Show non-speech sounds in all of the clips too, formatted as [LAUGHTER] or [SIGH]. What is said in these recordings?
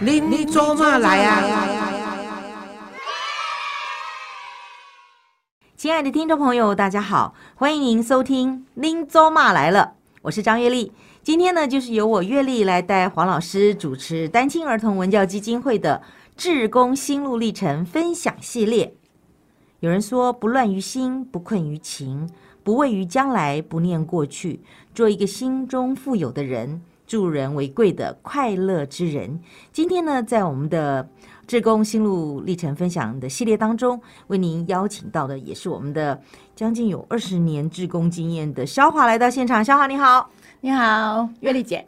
您您做嘛来啊？亲爱的听众朋友，大家好，欢迎您收听《拎周骂来了》，我是张月丽。今天呢，就是由我月丽来带黄老师主持单亲儿童文教基金会的志工心路历程分享系列。有人说，不乱于心，不困于情，不畏于将来，不念过去，做一个心中富有的人，助人为贵的快乐之人。今天呢，在我们的志工心路历程分享的系列当中，为您邀请到的也是我们的将近有二十年志工经验的肖华来到现场。肖华你好，你好，月丽 [LAUGHS] 姐，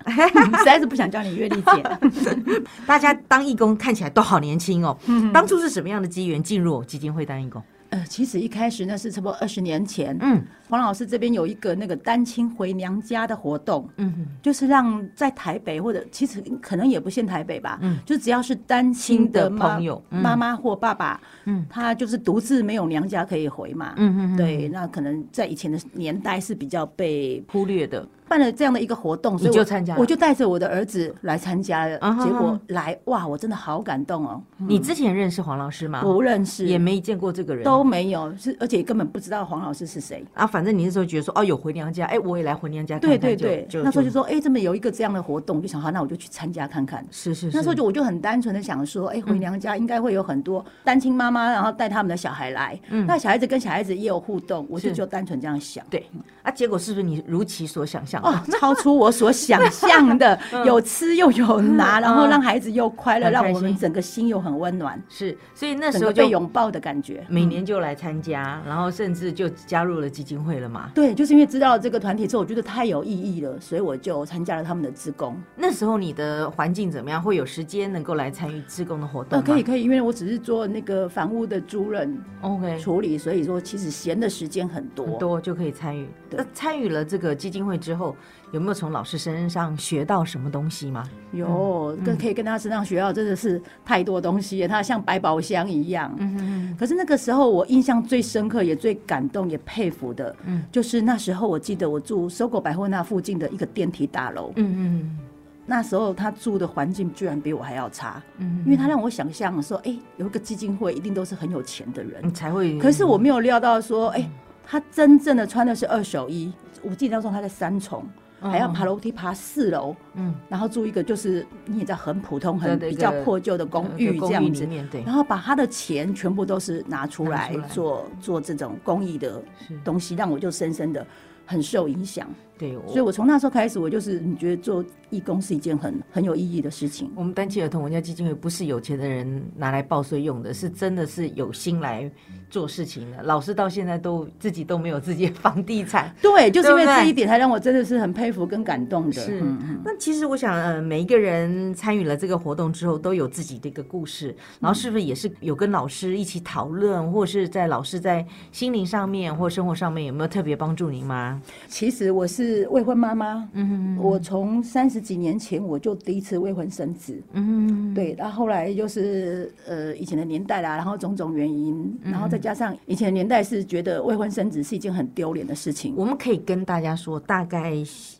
实在是不想叫你月丽姐。大家当义工看起来都好年轻哦。嗯当初是什么样的机缘进入基金会当义工？呃，其实一开始那是差不多二十年前，嗯黄老师这边有一个那个单亲回娘家的活动，嗯，就是让在台北或者其实可能也不限台北吧，嗯就只要是单亲亲的的妈朋友嗯妈妈或爸爸，嗯他就是独自没有娘家可以回嘛，嗯嗯嗯对，那可能在以前的年代是比较被忽略的，办了这样的一个活动，所以你就我参加了我就带着我的儿子来参加了，啊哈哈结果来哇，我真的好感动哦，你之前认识黄老师吗？不认识也没见过这个人。嗯都没有，是而且根本不知道黄老师 [LAUGHS] 是谁。啊，反正你那时候觉得说，哦，有回娘家，哎，我也来回娘家看对看。对就对，就那时候就说，说，哎、这么有一个这样的活动，我就想，好，那我就去参加看看。是是是，嗯那时候就我就很单纯的想说，哎、回娘家应该会有很多单亲妈妈，然后带他们的小孩来，嗯那小孩子跟小孩子也有互动，我就是就单纯这样想。对啊，结果是不是你如其所想象的？哦，超出我所想象 [LAUGHS] 的，有吃又有拿，然后让孩子又快乐，嗯很让开我们心整个心又很温暖，是，所以那整时候个就被拥抱的感觉。每年就来参加，然后甚至就加入了基金会了嘛。对，就是因为知道了这个团体之后，我觉得太有意义了，所以我就参加了他们的职工。那时候你的环境怎么样？会有时间能够来参与志工的活动呃，吗？可以可以，因为我只是做那个房屋的租赁，OK，处理，所以说其实闲的时间很多。很多就可以参与。对那参与了这个基金会之后，有没有从老师身上学到什么东西吗？有嗯跟可以跟他身上学到真的是太多东西了，他像百宝箱一样。嗯可是那个时候我印象最深刻，也最感动，也佩服的，嗯就是那时候我记得我住搜狗百货那附近的一个电梯大楼，嗯那时候他住的环境居然比我还要差，嗯因为他让我想象说，哎、有一个基金会一定都是很有钱的人，你才会。呃可是我没有料到说，哎、他真正的穿的是二手衣。我记得那时候他在三重，还要爬楼梯爬四楼，嗯嗯，然后住一个就是你也知道很普通、很对对比较一个破旧的公呃寓公这寓样里子，面对然后把他的钱全部都是拿出拿来出来做做这种公益的是东西，让我就深深的很受影响。对，所以我从那时候开始，我就是你觉得做义工是一件很很有意义的事情。我们单亲儿童文教基金会不是有钱的人拿来报税用的，是真的是有心来做事情的。老师到现在都自己都没有自己的房地产，对，就是因为对不对这一点，才让我真的是很佩服跟感动的。是嗯，那其实我想，呃，每一个人参与了这个活动之后，都有自己的一个故事，然后是不是也是有跟老师一起讨论，或是在老师在心灵上面或生活上面有没有特别帮助您吗？其实我是未婚妈妈，嗯我从三十几年前我就第一次未婚生子，嗯，对，然后后来就是呃以前的年代啦，然后种种原因，嗯然后再加上以前的年代是觉得未婚生子是一件很丢脸的事情，我们可以跟大家说，大概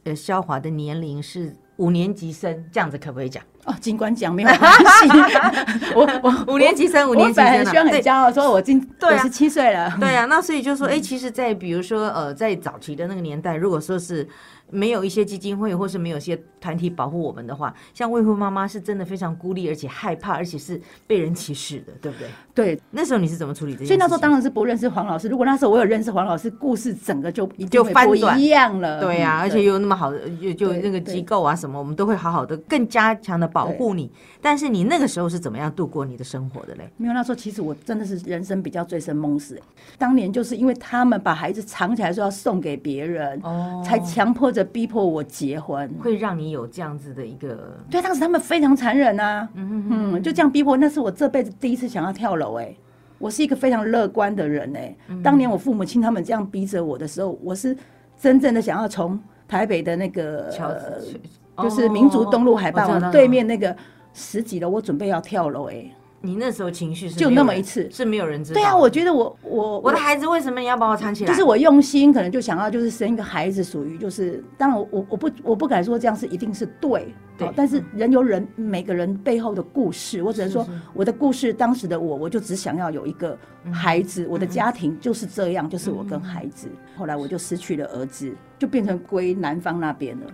呃，肖华的年龄是五年级生，这样子可不可以讲？哦，尽管讲没有关 [LAUGHS] 系，我我五年级生，五我年级生、本来啊，很希望很对骄傲说我今对我啊十七岁了，对啊，那所以就说，哎、嗯其实，在比如说，呃，在早期的那个年代，如果说是没有一些基金会或是没有一些团体保护我们的话，像未婚妈妈是真的非常孤立，而且害怕，而且是被人歧视的，对不对？对，那时候你是怎么处理这件事所以那时候情当然是不认识黄老师，如果那时候我有认识黄老师，故事整个就一定就会翻不转一样了，对呀、嗯而且又有那么好的，就就对那个对机构啊什么，我们都会好好的更加强的保护你。但是你那个时候是怎么样度过你的生活的嘞？没有，那时候其实我真的是人生比较醉生梦死。当年就是因为他们把孩子藏起来，说要送给别人，哦才强迫着逼迫我结婚。会让你有这样子的一个对，当时他们非常残忍啊，嗯就这样逼迫。那是我这辈子第一次想要跳楼、哎，我是一个非常乐观的人、哎、嗯当年我父母亲他们这样逼着我的时候，我是真正的想要从台北的那个乔治呃去哦就是民族东路海我傍知道晚对面那个十几楼，我准备要跳楼哎、你那时候情绪是就没有那么人一次是没有人知道。对啊，我觉得我我我的孩子为什么你要把我藏起来？就是我用心，可能就想要就是生一个孩子，属于就是，当然我我我不我不敢说这样是一定是对，哦对嗯好但是人有人每个人背后的故事，我只能说我的故事，当时的我，我就只想要有一个嗯孩子，我的家庭就是这样，就是我跟孩子，后来我就失去了儿子，就变成归男方那边了，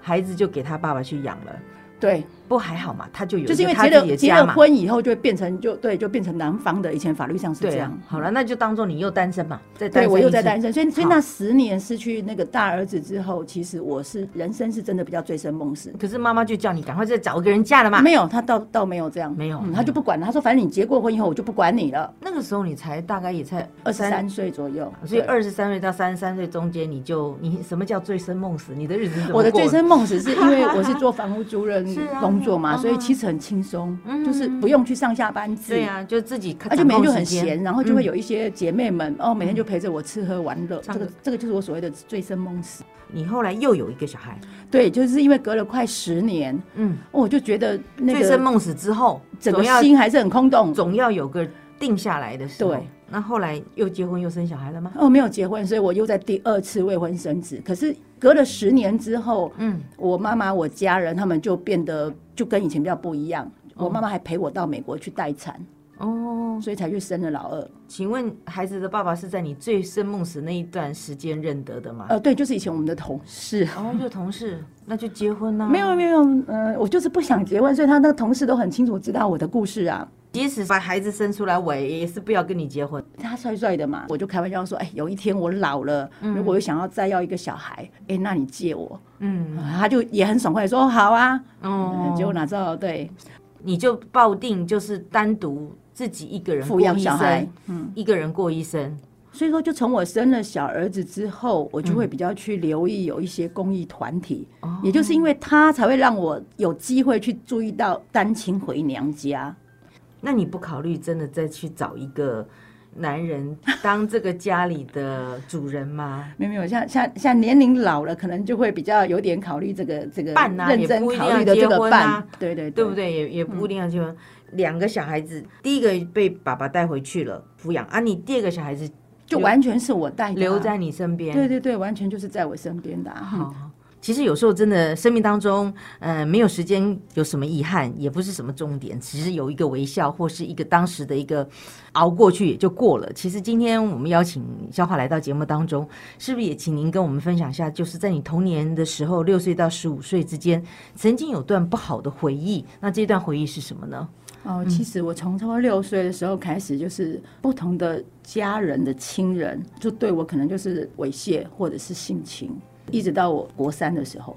孩子就给他爸爸去养了，对，不还好嘛？他就有一就是因个为他结自己了的结家了嘛。婚以后就会变成就对，就变成男方的，以前法律上是这对啊样，，好了，那就当做你又单身嘛，再单对，身我又在一次单身，所以所以好那十年失去那个大儿子之后，其实我是人生是真的比较醉生梦死。可是妈妈就叫你赶快再找一个人嫁了嘛。没有，他倒倒没有这样，啊没有嗯没他就有不管了。他说，反正你结过婚以后，我就不管你了。那个时候你才大概也才二十三，岁左右，啊所以对二十三岁到三十三岁中间，你就你什么叫醉生梦死？你的日子怎么我的过醉生梦死是因为 [LAUGHS] 我是做房屋租赁是啊工作嘛，所以嗯其实很轻松，嗯就是不用去上下班制。对啊，就自己而且每天就掌很控时间闲，然啊后就会嗯有一些姐妹们、哦，每天就陪着我吃喝玩乐，这唱个歌这个就是我所谓的醉生梦死。你后来又有一个小孩，对，就是因为隔了快十年，嗯，哦我就觉得那醉生个梦死之后，整总个要心还是很空洞。总要有个定下来的时候。对，那后来又结婚又生小孩了吗？哦，没有结婚，所以我又在第二次未婚生子。可是隔了十年之后，嗯，我妈妈、我家人他们就变得就跟以前比较不一样。我妈妈还陪我到美国去待产，哦，所以才去生了老二。请问孩子的爸爸是在你醉生梦死那一段时间认得的吗？呃，对，就是以前我们的同事。然后就同事，那就结婚啊啦、没有没有，呃，我就是不想结婚，所以他那个同事都很清楚知道我的故事啊。即使把孩子生出来，我也是不要跟你结婚。他帅帅的嘛，我就开玩笑说，哎，有一天我老了，如果我想要再要一个小孩，哎，那你借我。嗯，啊他就也很爽快地说，哦好啊。哦嗯，结果哪知道，对，你就抱定就是单独自己一个人抚养小过一孩生，一个人过一生。所以说，就从我生了小儿子之后，我嗯就会比较去留意有一些公益团体，哦也就是因为他才会让我有机会去注意到单亲回娘家。那你不考虑真的再去找一个男人当这个家里的主人吗？没有没有，像像像年龄老了，可能就会比较有点考虑这个这个伴啊认真也不一定考要虑的这结个婚伴，啊对对对不？对？嗯也也不一定要结婚。两个小孩子，第一个被爸爸带回去了抚养啊，你第二个小孩子就完全是我带的啊留在你身边。对对对，完全就是在我身边的、啊。嗯好，其实有时候真的生命当中，呃，没有时间有什么遗憾，也不是什么重点，只是有一个微笑或是一个当时的一个熬过去也就过了。其实今天我们邀请肖华来到节目当中，是不是也请您跟我们分享一下，就是在你童年的时候，六岁到十五岁之间，曾经有段不好的回忆，那这段回忆是什么呢？哦，其实我从差不多六岁的时候开始，就是不同的家人的亲人，就对我可能就是猥亵或者是性侵，一直到我国三的时候。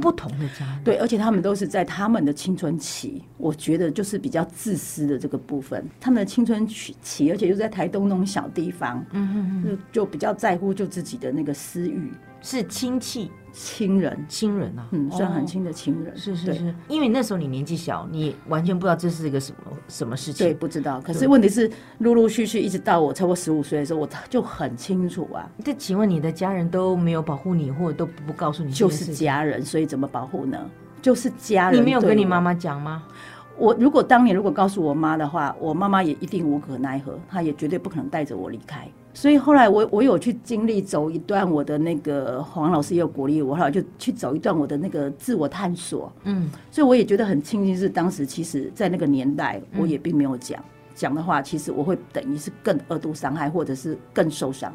不同的家人，对，而且他们都是在他们的青春期，我觉得就是比较自私的这个部分。他们的青春期，期而且又在台东那种小地方，嗯嗯嗯，就就比较在乎就自己的那个私欲，是亲戚亲人，亲人啊，嗯，算很哦亲的亲人，是是对是，因为那时候你年纪小，你完全不知道这是一个什么什么事情对，。不知道。可是问题是，陆陆续续一直到我超过十五岁的时候，我就很清楚啊，这请问你的家人都没有保护你，或者都不告诉你这就件事是情？家人，所以怎么保护呢？就是家人。你没有跟你妈妈？妈讲吗？我如果当年如果告诉我妈的话，我妈妈也一定无可奈何，她也绝对不可能带着我离开。所以后来我我有去经历走一段我的那个黄老师也有鼓励我，后来就去走一段我的那个自我探索。嗯，所以我也觉得很庆幸是当时其实在那个年代嗯我也并没有讲。讲的话，其实我会等于是更二度伤害，或者是更受伤。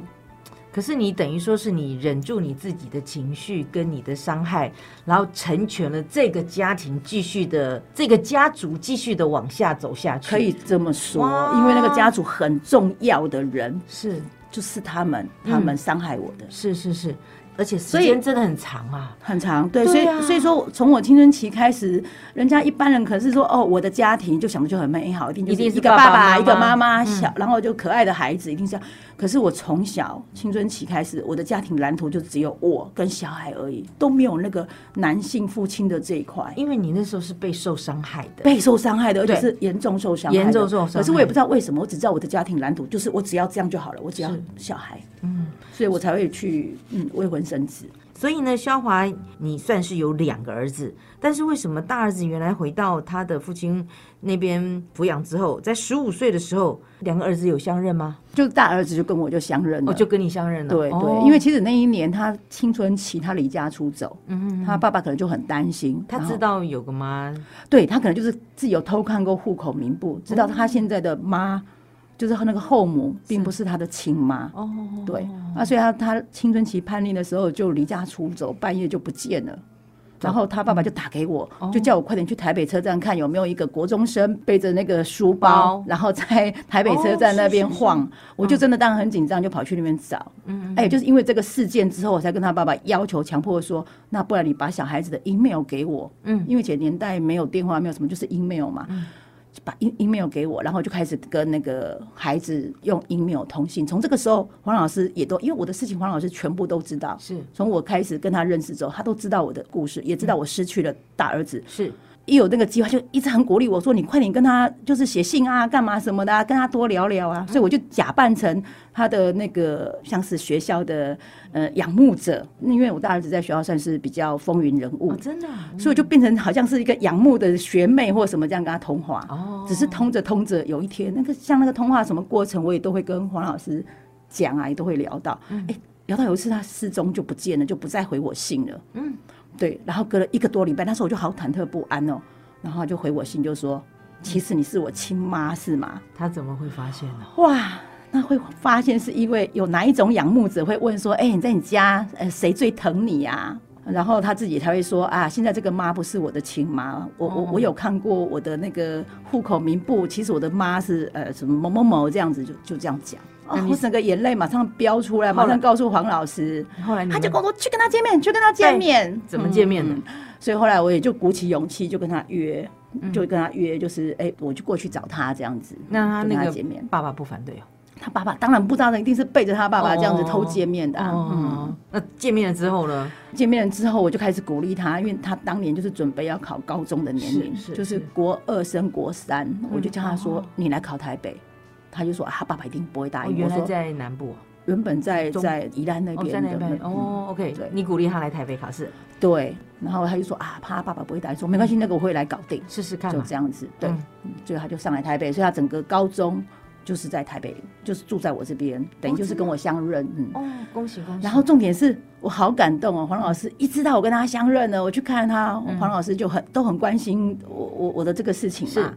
可是你等于说是你忍住你自己的情绪跟你的伤害，然后成全了这个家庭继续的这个家族继续的往下走下去。可以这么说哇，因为那个家族很重要的人是就是他们，他嗯们伤害我的。是是是，而且时以间真的很长啊。很长，对，对啊所以所以说我，从我青春期开始，人家一般人可能是说，哦，我的家庭就想的就很美好，一定就一定是一个爸爸妈嗯爸妈一个妈妈，小，然后就可爱的孩子，一定是这样。可是我从小青春期开始，我的家庭蓝图就只有我跟小孩而已，都没有那个男性父亲的这一块。因为你那时候是被受伤害的，备受伤害的，而且对是严重受伤害的，严重受伤害可是我也不知道为什么，我只知道我的家庭蓝图就是我只要这样就好了，我只要小孩，嗯，所以我才会去嗯未婚生子。所以呢，肖华你算是有两个儿子，但是为什么大儿子原来回到他的父亲那边抚养之后，在十五岁的时候，两个儿子有相认吗？就大儿子就跟我就相认了，哦，就跟你相认了。嗯对对，哦因为其实那一年他青春期他离家出走，他爸爸可能就很担心，嗯他然后知道有个妈，对他可能就是自己有偷看过户口名簿，知道哦他现在的妈就是那个后母，并不是他的亲妈。哦，对，啊，所以他他青春期叛逆的时候就离家出走，半夜就不见了。然后他爸爸就打给我，就叫我快点去台北车站看有没有一个国中生背着那个书包，哦包然后在台北车站那边晃。我就真的当然很紧张，就跑去那边找。嗯，哎，就是因为这个事件之后，我才跟他爸爸要求强迫说，那不然你把小孩子的 email 给我。嗯，因为以前年代没有电话，没有什么，就是 email 嘛。就把 e email 给我，然后就开始跟那个孩子用 email 通信。从这个时候，黄老师也都因为我的事情，黄老师全部都知道。是从我开始跟他认识之后，他都知道我的故事，也知道我失去了大儿子。是，一有那个机会，就一直很鼓励我说：“你快点跟他就是写信啊，干嘛什么的、啊，跟他多聊聊啊。”所以我就假扮成他的那个像是学校的呃仰慕者，因为我大儿子在学校算是比较风云人物哦，，真的啊、所以我就变成好像是一个仰慕的学妹或什么这样跟他通话。哦只是通着通着，有一天那个像那个通话什么过程，我也都会跟黄老师讲啊，也都会聊到。哎、聊到有一次他失踪就不见了，就不再回我信了。嗯，对。然后隔了一个多礼拜，那时候我就好忐忑不安哦。然后他就回我信，就说：“其实你是我亲妈，是吗他怎么会发现呢？？”哇，那会发现是因为有哪一种仰慕者会问说：“哎、你在你家，呃，谁最疼你呀、然后他自己才会说啊，现在这个妈不是我的亲妈，我我哦我有看过我的那个户口名簿，其实我的妈是呃什么某某某这样子就就这样讲，啊，我整个眼泪马上飙出来，马哦后来嗯上告诉黄老师，后来你他就们跟我说去跟他见面，去跟他见面，怎么见面的？所以后来我也就鼓起勇气就跟他约，就跟他约，就是哎、我就过去找他这样子，嗯那他就跟那他个见面，爸爸不反对哦。他爸爸当然不知道，一定是背着他爸爸这样子哦偷见面的、啊，嗯。哦，那见面了之后呢？见面了之后，我就开始鼓励他，因为他当年就是准备要考高中的年龄，是嗯是就是是国二升国三，我就叫他说：“你来考台北。”他就说：“啊，他爸爸一定不会答哦，应。原我来说：“在南部啊原本在中在宜兰那哦，在边的那边那哦，OK，对你鼓励他来台北考试，对。”然后他就说：“啊，怕他爸爸不会答应，说没关系，那个我会来搞定。试试”看就嘛这。样子，对嗯，嗯所以他就上来台北，所以他整个高中就是在台北，就是住在我这边，等于就是跟我相认，嗯。哦，恭喜恭喜！然后重点是我好感动哦，黄老师一知道我跟他相认了，我去看他，嗯黄老师就很都很关心我我我的这个事情嘛是。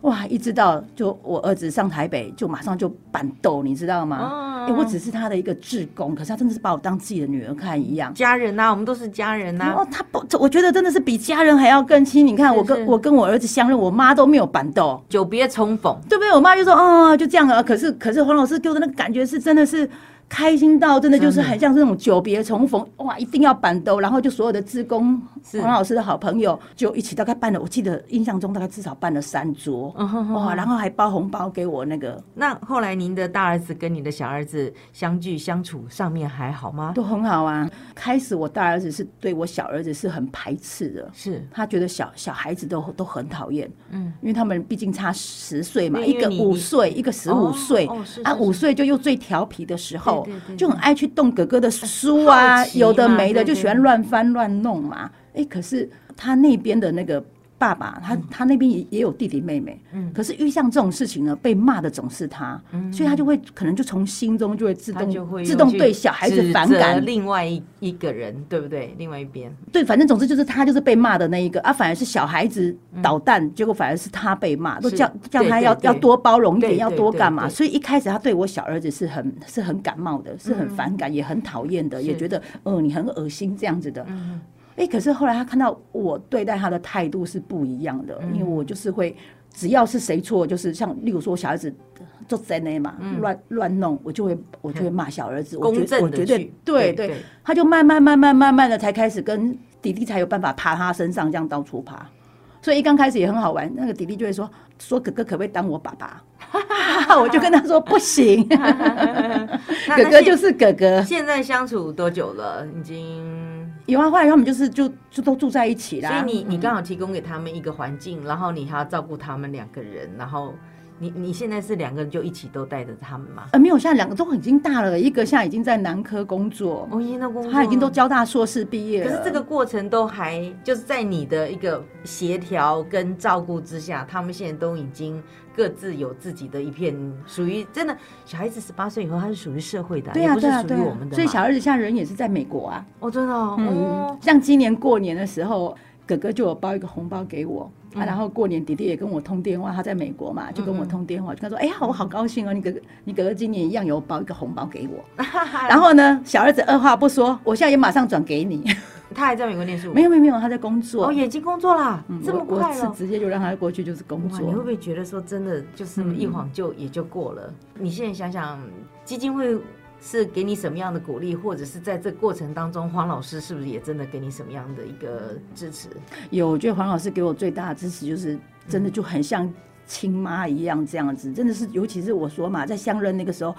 哇，一知道就我儿子上台北就马上就板豆，你知道嗯哦吗？哎、我只是他的一个志工，可是他真的是把我当自己的女儿看一样。家人呐、我们都是家人呐、哦，他不，这我觉得真的是比家人还要更亲。你看，是我跟是我跟我儿子相认，我妈都没有板豆，久别重逢，对不对？我妈就说，哦，就这样啊。可是可是黄老师给我的那个感觉是真的是开心到真的就是很像是那种久别重逢，哇，一定要板兜。然后就所有的志工，黄老师的好朋友就一起大概办了，我记得印象中大概至少办了三桌，哇，然后还包红包给我那个那后来您的大儿子跟你的小儿子相聚相处上面还好吗？都很好啊。开始我大儿子是对我小儿子是很排斥的。是，他觉得小小孩子都都很讨厌，嗯，因为他们毕竟差十岁嘛，对一因为个你五岁，一个十五岁哦哦是，啊，是是五岁就又最调皮的时候对对对，哎就很爱去动哥哥的书啊好，奇嘛有的没的对对就喜欢乱翻乱弄嘛。哎，可是他那边的那个爸爸，他嗯他那边也也有弟弟妹妹，嗯，可是遇上这种事情呢，被骂的总是他，所以他就会可能就从心中就会自嗯他就动会自动去对小孩子指反责感，另外一一个人，对不对？另外一边，对，反正总之就是他就是被骂的那一个啊，反而是小孩子捣蛋，结果反而是他被骂，嗯都是叫叫对他对要对要多包容一点，对要对多对干嘛？对所以一开始他对我小儿子是很是很感冒的，是很反感，也很讨厌的，也嗯是嗯觉得嗯、呃你很恶心这样子的。哎、可是后来他看到我对待他的态度是不一样的，嗯因为我就是会。只要是谁错，就是像例如说小孩子做真的嘛，乱乱弄，我就会我就会骂小儿子，我嗯公觉得正我的觉去，得对对，他就慢慢慢慢慢慢的才开始跟弟弟才有办法爬他身上，这样到处爬。所以一刚开始也很好玩，那个弟弟就会说说哥哥可不可以当我爸爸？ [LAUGHS] 我就跟他说不 [LAUGHS] 行，那哥那哥现就是哥哥。现在相处多久了？已经。有啊，后来他们就是就就都住在一起所以啦。你你刚好提供给他们一个环境，然后你还要照顾他们两个人，然后你你现在是两个人就一起都带着他们吗？呃，没有，现在两个都已经大了，一个现在已经在南科工作，哦，已经都工作了，他已经都交大硕士毕业可了。是这个过程都还就是在你的一个协调跟照顾之下，他们现在都已经各自有自己的一片属于真的小孩子十八岁以后，他是属于社会的啊、对呀、也不对是呀、属对于呀、我们的嘛。所以小儿子现在人也是在美国啊。哦，真的哦，嗯哦，像今年过年的时候，哥哥就有包一个红包给我。啊，然后过年弟弟也跟我通电话，他在美国嘛，就跟我通电话，就跟他说：“哎呀，我好高兴哦，你哥哥，你哥哥今年一样有包一个红包给我。”然后呢，小儿子二话不说，我现在也马上转给你。他还在美国念书，没有没有没有，他在工作。哦，已经工作啦，嗯这么我我快是了。直接就让他过去就是工哇，你会不作。会觉得说真的就是嗯一晃就也就过了？你现在想想，基金会是给你什么样的鼓励，或者是在这过程当中，黄老师是不是也真的给你什么样的一个支持？有，我觉得黄老师给我最大的支持就是，真的嗯就很像亲妈一样这样子，真的是，尤其是我说嘛，在相认那个时候，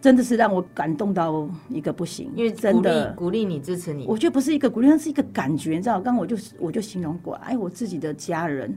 真的是让我感动到一个不行，因为鼓真励的。鼓励你支持你，我觉得不是一个鼓励，那是一个感觉，你知道？刚刚我就是我就形容过，哎，我自己的家人，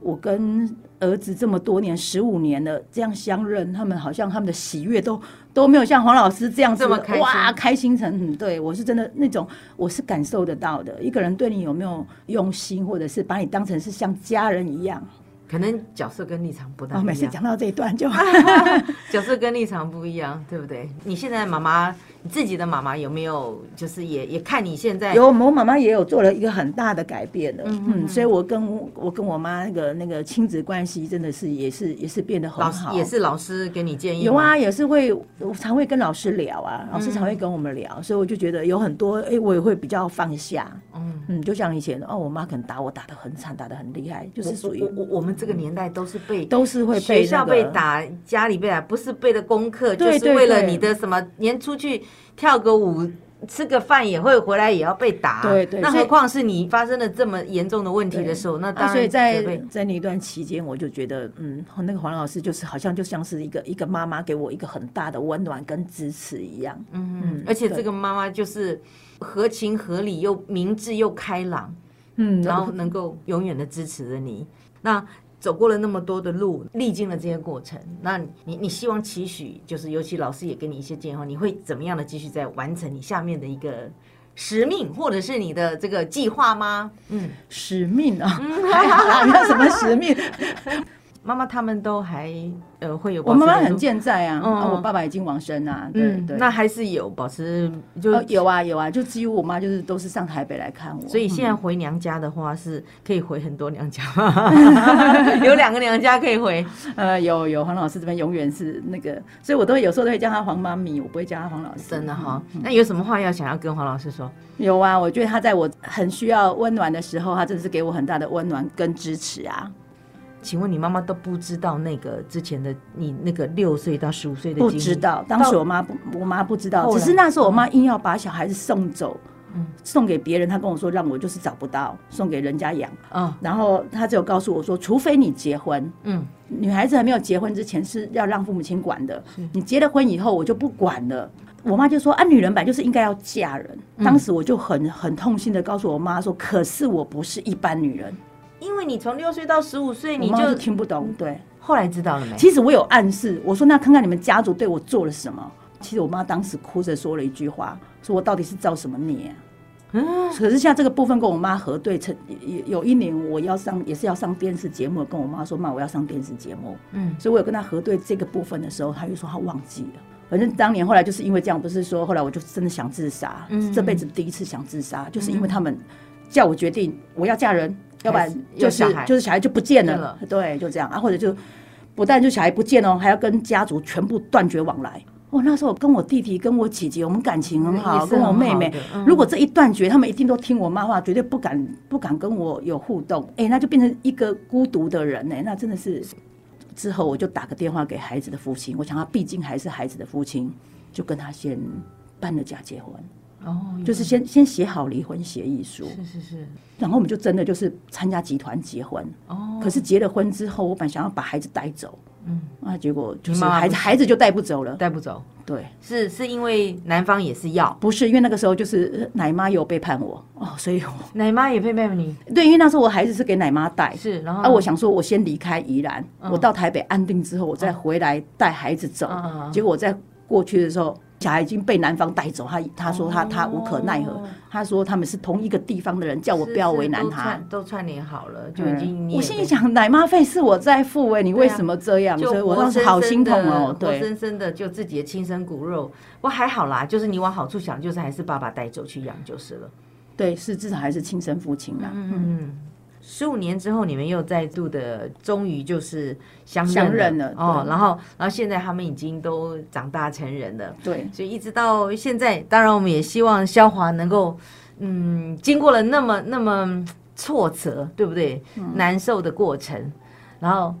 我跟儿子这么多年，十五年了，这样相认，他们好像他们的喜悦都都没有像黄老师这样子这么开心哇，开心成很对我是真的那种，我是感受得到的。一个人对你有没有用心，或者是把你当成是像家人一样，可能角色跟立场不大啊，每一次样，讲到这一段就哎角色跟立场不一样，对不对？你现在妈妈，你自己的妈妈有没有就是也也看你现在 [LAUGHS] 有，我妈妈也有做了一个很大的改变的，嗯，所以我跟我我跟我妈那个那个亲子关系真的是也是也是变得老很师好，也是老师给你建议有吗，啊，也是会我常会跟老师聊嗯啊，老师常会跟我们聊，所以我就觉得有很多哎、我也会比较放下，嗯。嗯，就像以前哦，我妈可能打我打得很惨，打得很厉害，就是属于我我我们这个年代都是被都是会被、那学校个被打，家里被打，不是背的功课，就对是对为了对你的什么，连出去跳个舞、吃个饭也会回来也要被打。对对那所以何况是你发生了这么严重的问题的时候，那当啊，然所以在责备在那一段期间，我就觉得，嗯，那个黄老师就是好像就像是一个一个妈妈给我一个很大的温暖跟支持一样。嗯，而且这个妈妈就是合情合理又明智又开朗，嗯，然后能够永远的支持着你。 [LAUGHS] 那走过了那么多的路，历经了这些过程，那你你希望期许就是，尤其老师也给你一些建议后，你会怎么样的继续在完成你下面的一个使命，或者是你的这个计划吗？嗯，使命 [LAUGHS] 啊， [LAUGHS] 还好啦，没有什么使命。妈妈他们都还呃会有保我持妈妈联很络，健在啊，嗯啊我爸爸已经往生啊，对嗯，对。那还是有保持就、哦有啊有啊，就几乎我妈就是都是上台北来看我，所以现在回娘家的话，是可以回很多娘 [LAUGHS] 家，有两个娘家可以回。呃有有黄老师这边永远是那个，所以我都会有时候都会叫他黄妈咪，我不会叫他黄老师。真的哈、嗯那有什么话要想要跟黄老师说？有啊，我觉得他在我很需要温暖的时候，他真的是给我很大的温暖跟支持啊。请问你妈妈都不知道那个之前的你那个六岁到十五岁的不经历知道，当时我妈不，我妈不知道，后来只是那时候我妈硬要把小孩子送走，送给别人，她跟我说让我就是找不到，送给人家养。啊？然后她只有告诉我说，除非你结婚，嗯，女孩子还没有结婚之前是要让父母亲管的，你结了婚以后我就不管了。我妈就说啊，女人本来就是应该要嫁人。嗯当时我就很很痛心的告诉我妈说，可是我不是一般女人，因为你从六岁到十五岁，我你妈就就听不懂，对。后来知道了没？其实我有暗示，我说那看看你们家族对我做了什么。其实我妈当时哭着说了一句话，说我到底是造什么孽、啊？可是像这个部分跟我妈核对，成有有一年我要上也是要上电视节目，跟我妈说妈我要上电视节目，嗯嗯，所以我有跟她核对这个部分的时候，她就说她忘记了。反正当年后来就是因为这样，不是说后来我就真的想自杀，是这辈子第一次想自杀，就是因为他们叫我决定我要嫁人，要不然有就是小孩就是小孩就不见见了了，对，就这样啊，或者就不但就小孩不见哦，还要跟家族全部断绝往来。哦，那时候我跟我弟弟、跟我姐姐，我们感情很也好，是跟我很妹好妹的。嗯如果这一断绝，他们一定都听我妈话，绝对不敢不敢跟我有互动。哎、那就变成一个孤独的人呢、哎那真的是。之后我就打个电话给孩子的父亲，我想他毕竟还是孩子的父亲，就跟他先办了假结婚，哦，就是先先写好离婚协议书。是是是，然后我们就真的就是参加集团结婚。哦可是结了婚之后，我本来想要把孩子带走，嗯，啊，结果就你是妈妈孩不子孩子就带不走了。带不走，对，是是因为男方也是要，不是因为那个时候就是奶妈有背叛我哦，所以我奶妈也配配你，对，因为那时候我孩子是给奶妈带，是，然后啊，我想说，我先离开宜兰，嗯我到台北安定之后，我再回来带孩子走嗯嗯嗯。结果我在过去的时候，小孩已经被男方带走，他他说他他无可奈何哦，他说他们是同一个地方的人，叫我是不要是为难都他串。都串联好了，就已经嗯你也我心里被，啊想，奶妈费是我在付哎，你为什么这样？就所以我活当时生好生心痛的哦。活对，生生的就自己的亲生骨肉，不过还好啦，就是你往好处想，就是还是爸爸带走去养就是了。对，是至少还是亲生父亲啦。嗯，十五年之后，你们又再度的，终于就是相认相认了哦。对然后，然后现在他们已经都长大成人了，对，所以一直到现在，当然我们也希望肖华能够，嗯，经过了那么那么嗯挫折，对不对？嗯难受的过程，然后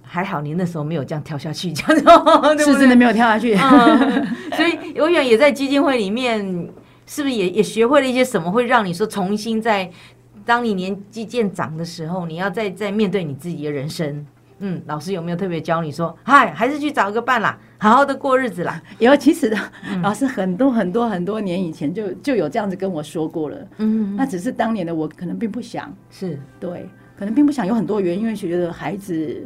还好你那时候没有这样跳下去，这样子，哦对嗯是不真对？的没有跳下去。 [LAUGHS] 所以永远也在基金会里面，是不是也也学会了一些什么，会让你说重新在当你年纪渐长的时候，你要再再面对你自己的人生。嗯，老师有没有特别教你说，嗨，还是去找个伴啦，好好的过日子啦？有，其实的嗯老师很多很多很多年以前就就有这样子跟我说过了。嗯，那只是当年的我可能并不想，是对，可能并不想，有很多原因，因为觉得孩子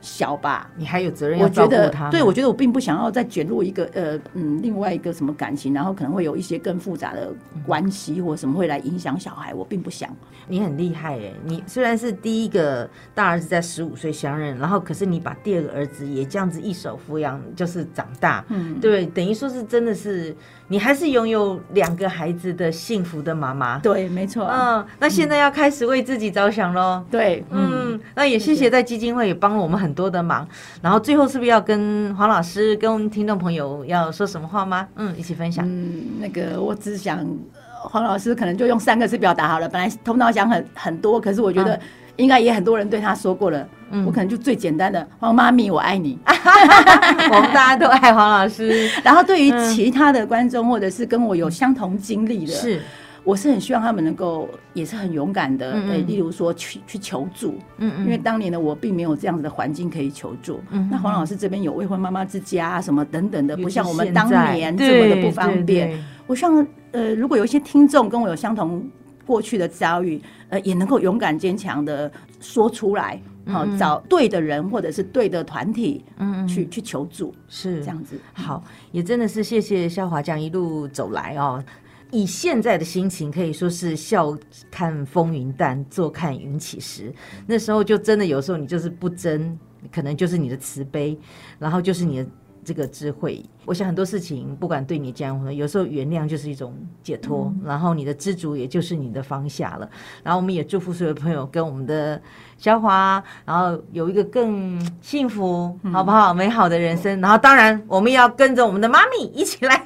小吧。你还有责任要我觉照顾得他们。，对我觉得我并不想要再卷入一个呃嗯另外一个什么感情，然后可能会有一些更复杂的关系或什么会来影响小孩，我并不想。你很厉害耶！你虽然是第一个大儿子在十五岁相认，然后可是你把第二个儿子也这样子一手抚养，就是长大，嗯，对，等于说是真的是你还是拥有两个孩子的幸福的妈妈。对，没错，嗯，那现在要开始为自己着想喽。对，嗯，嗯，那也谢谢在基金会也帮了我们很多的忙。然后最后是不是要跟黄老师、跟我们听众朋友要说什么话吗？嗯，一 [LAUGHS] 起分享。嗯，那个我只想呃黄老师可能就用三个字表达好了。本来头脑想很很多，可是我觉嗯得应该也很多人对他说过了，我可能就最简单的黄妈咪我爱你。啊我们大家都爱黄老师，然后对于其他的观众或者是跟我有相同经历的，嗯是，我是很希望他们能够也是很勇敢的，嗯嗯呃例如说去去求助，嗯嗯因为当年的我并没有这样子的环境可以求助。那黄老师这边有未婚妈妈之家啊什么等等的，不像我们当年这么的不方便。我希望呃，如果有一些听众跟我有相同过去的遭遇，呃，也能够勇敢坚强的说出来，嗯好、找对的人或者是对的团体，嗯去去求助，是这样子。好，也真的是谢谢肖华这样一路走来哦。以现在的心情，可以说是笑看风云淡，坐看云起时。那时候就真的有时候你就是不争，可能就是你的慈悲，然后就是你的这个智慧。我想很多事情，不管对你这样，有时候原谅就是一种解脱，然后你的知足也就是你的方向了。然后我们也祝福所有朋友跟我们的肖华，然后有一个更幸福，好不好？美好的人生。然后当然，我们也要跟着我们的妈咪一起来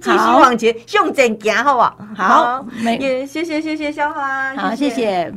继续往前，向前行，好不好？好，没也谢谢谢谢肖华，好，谢谢。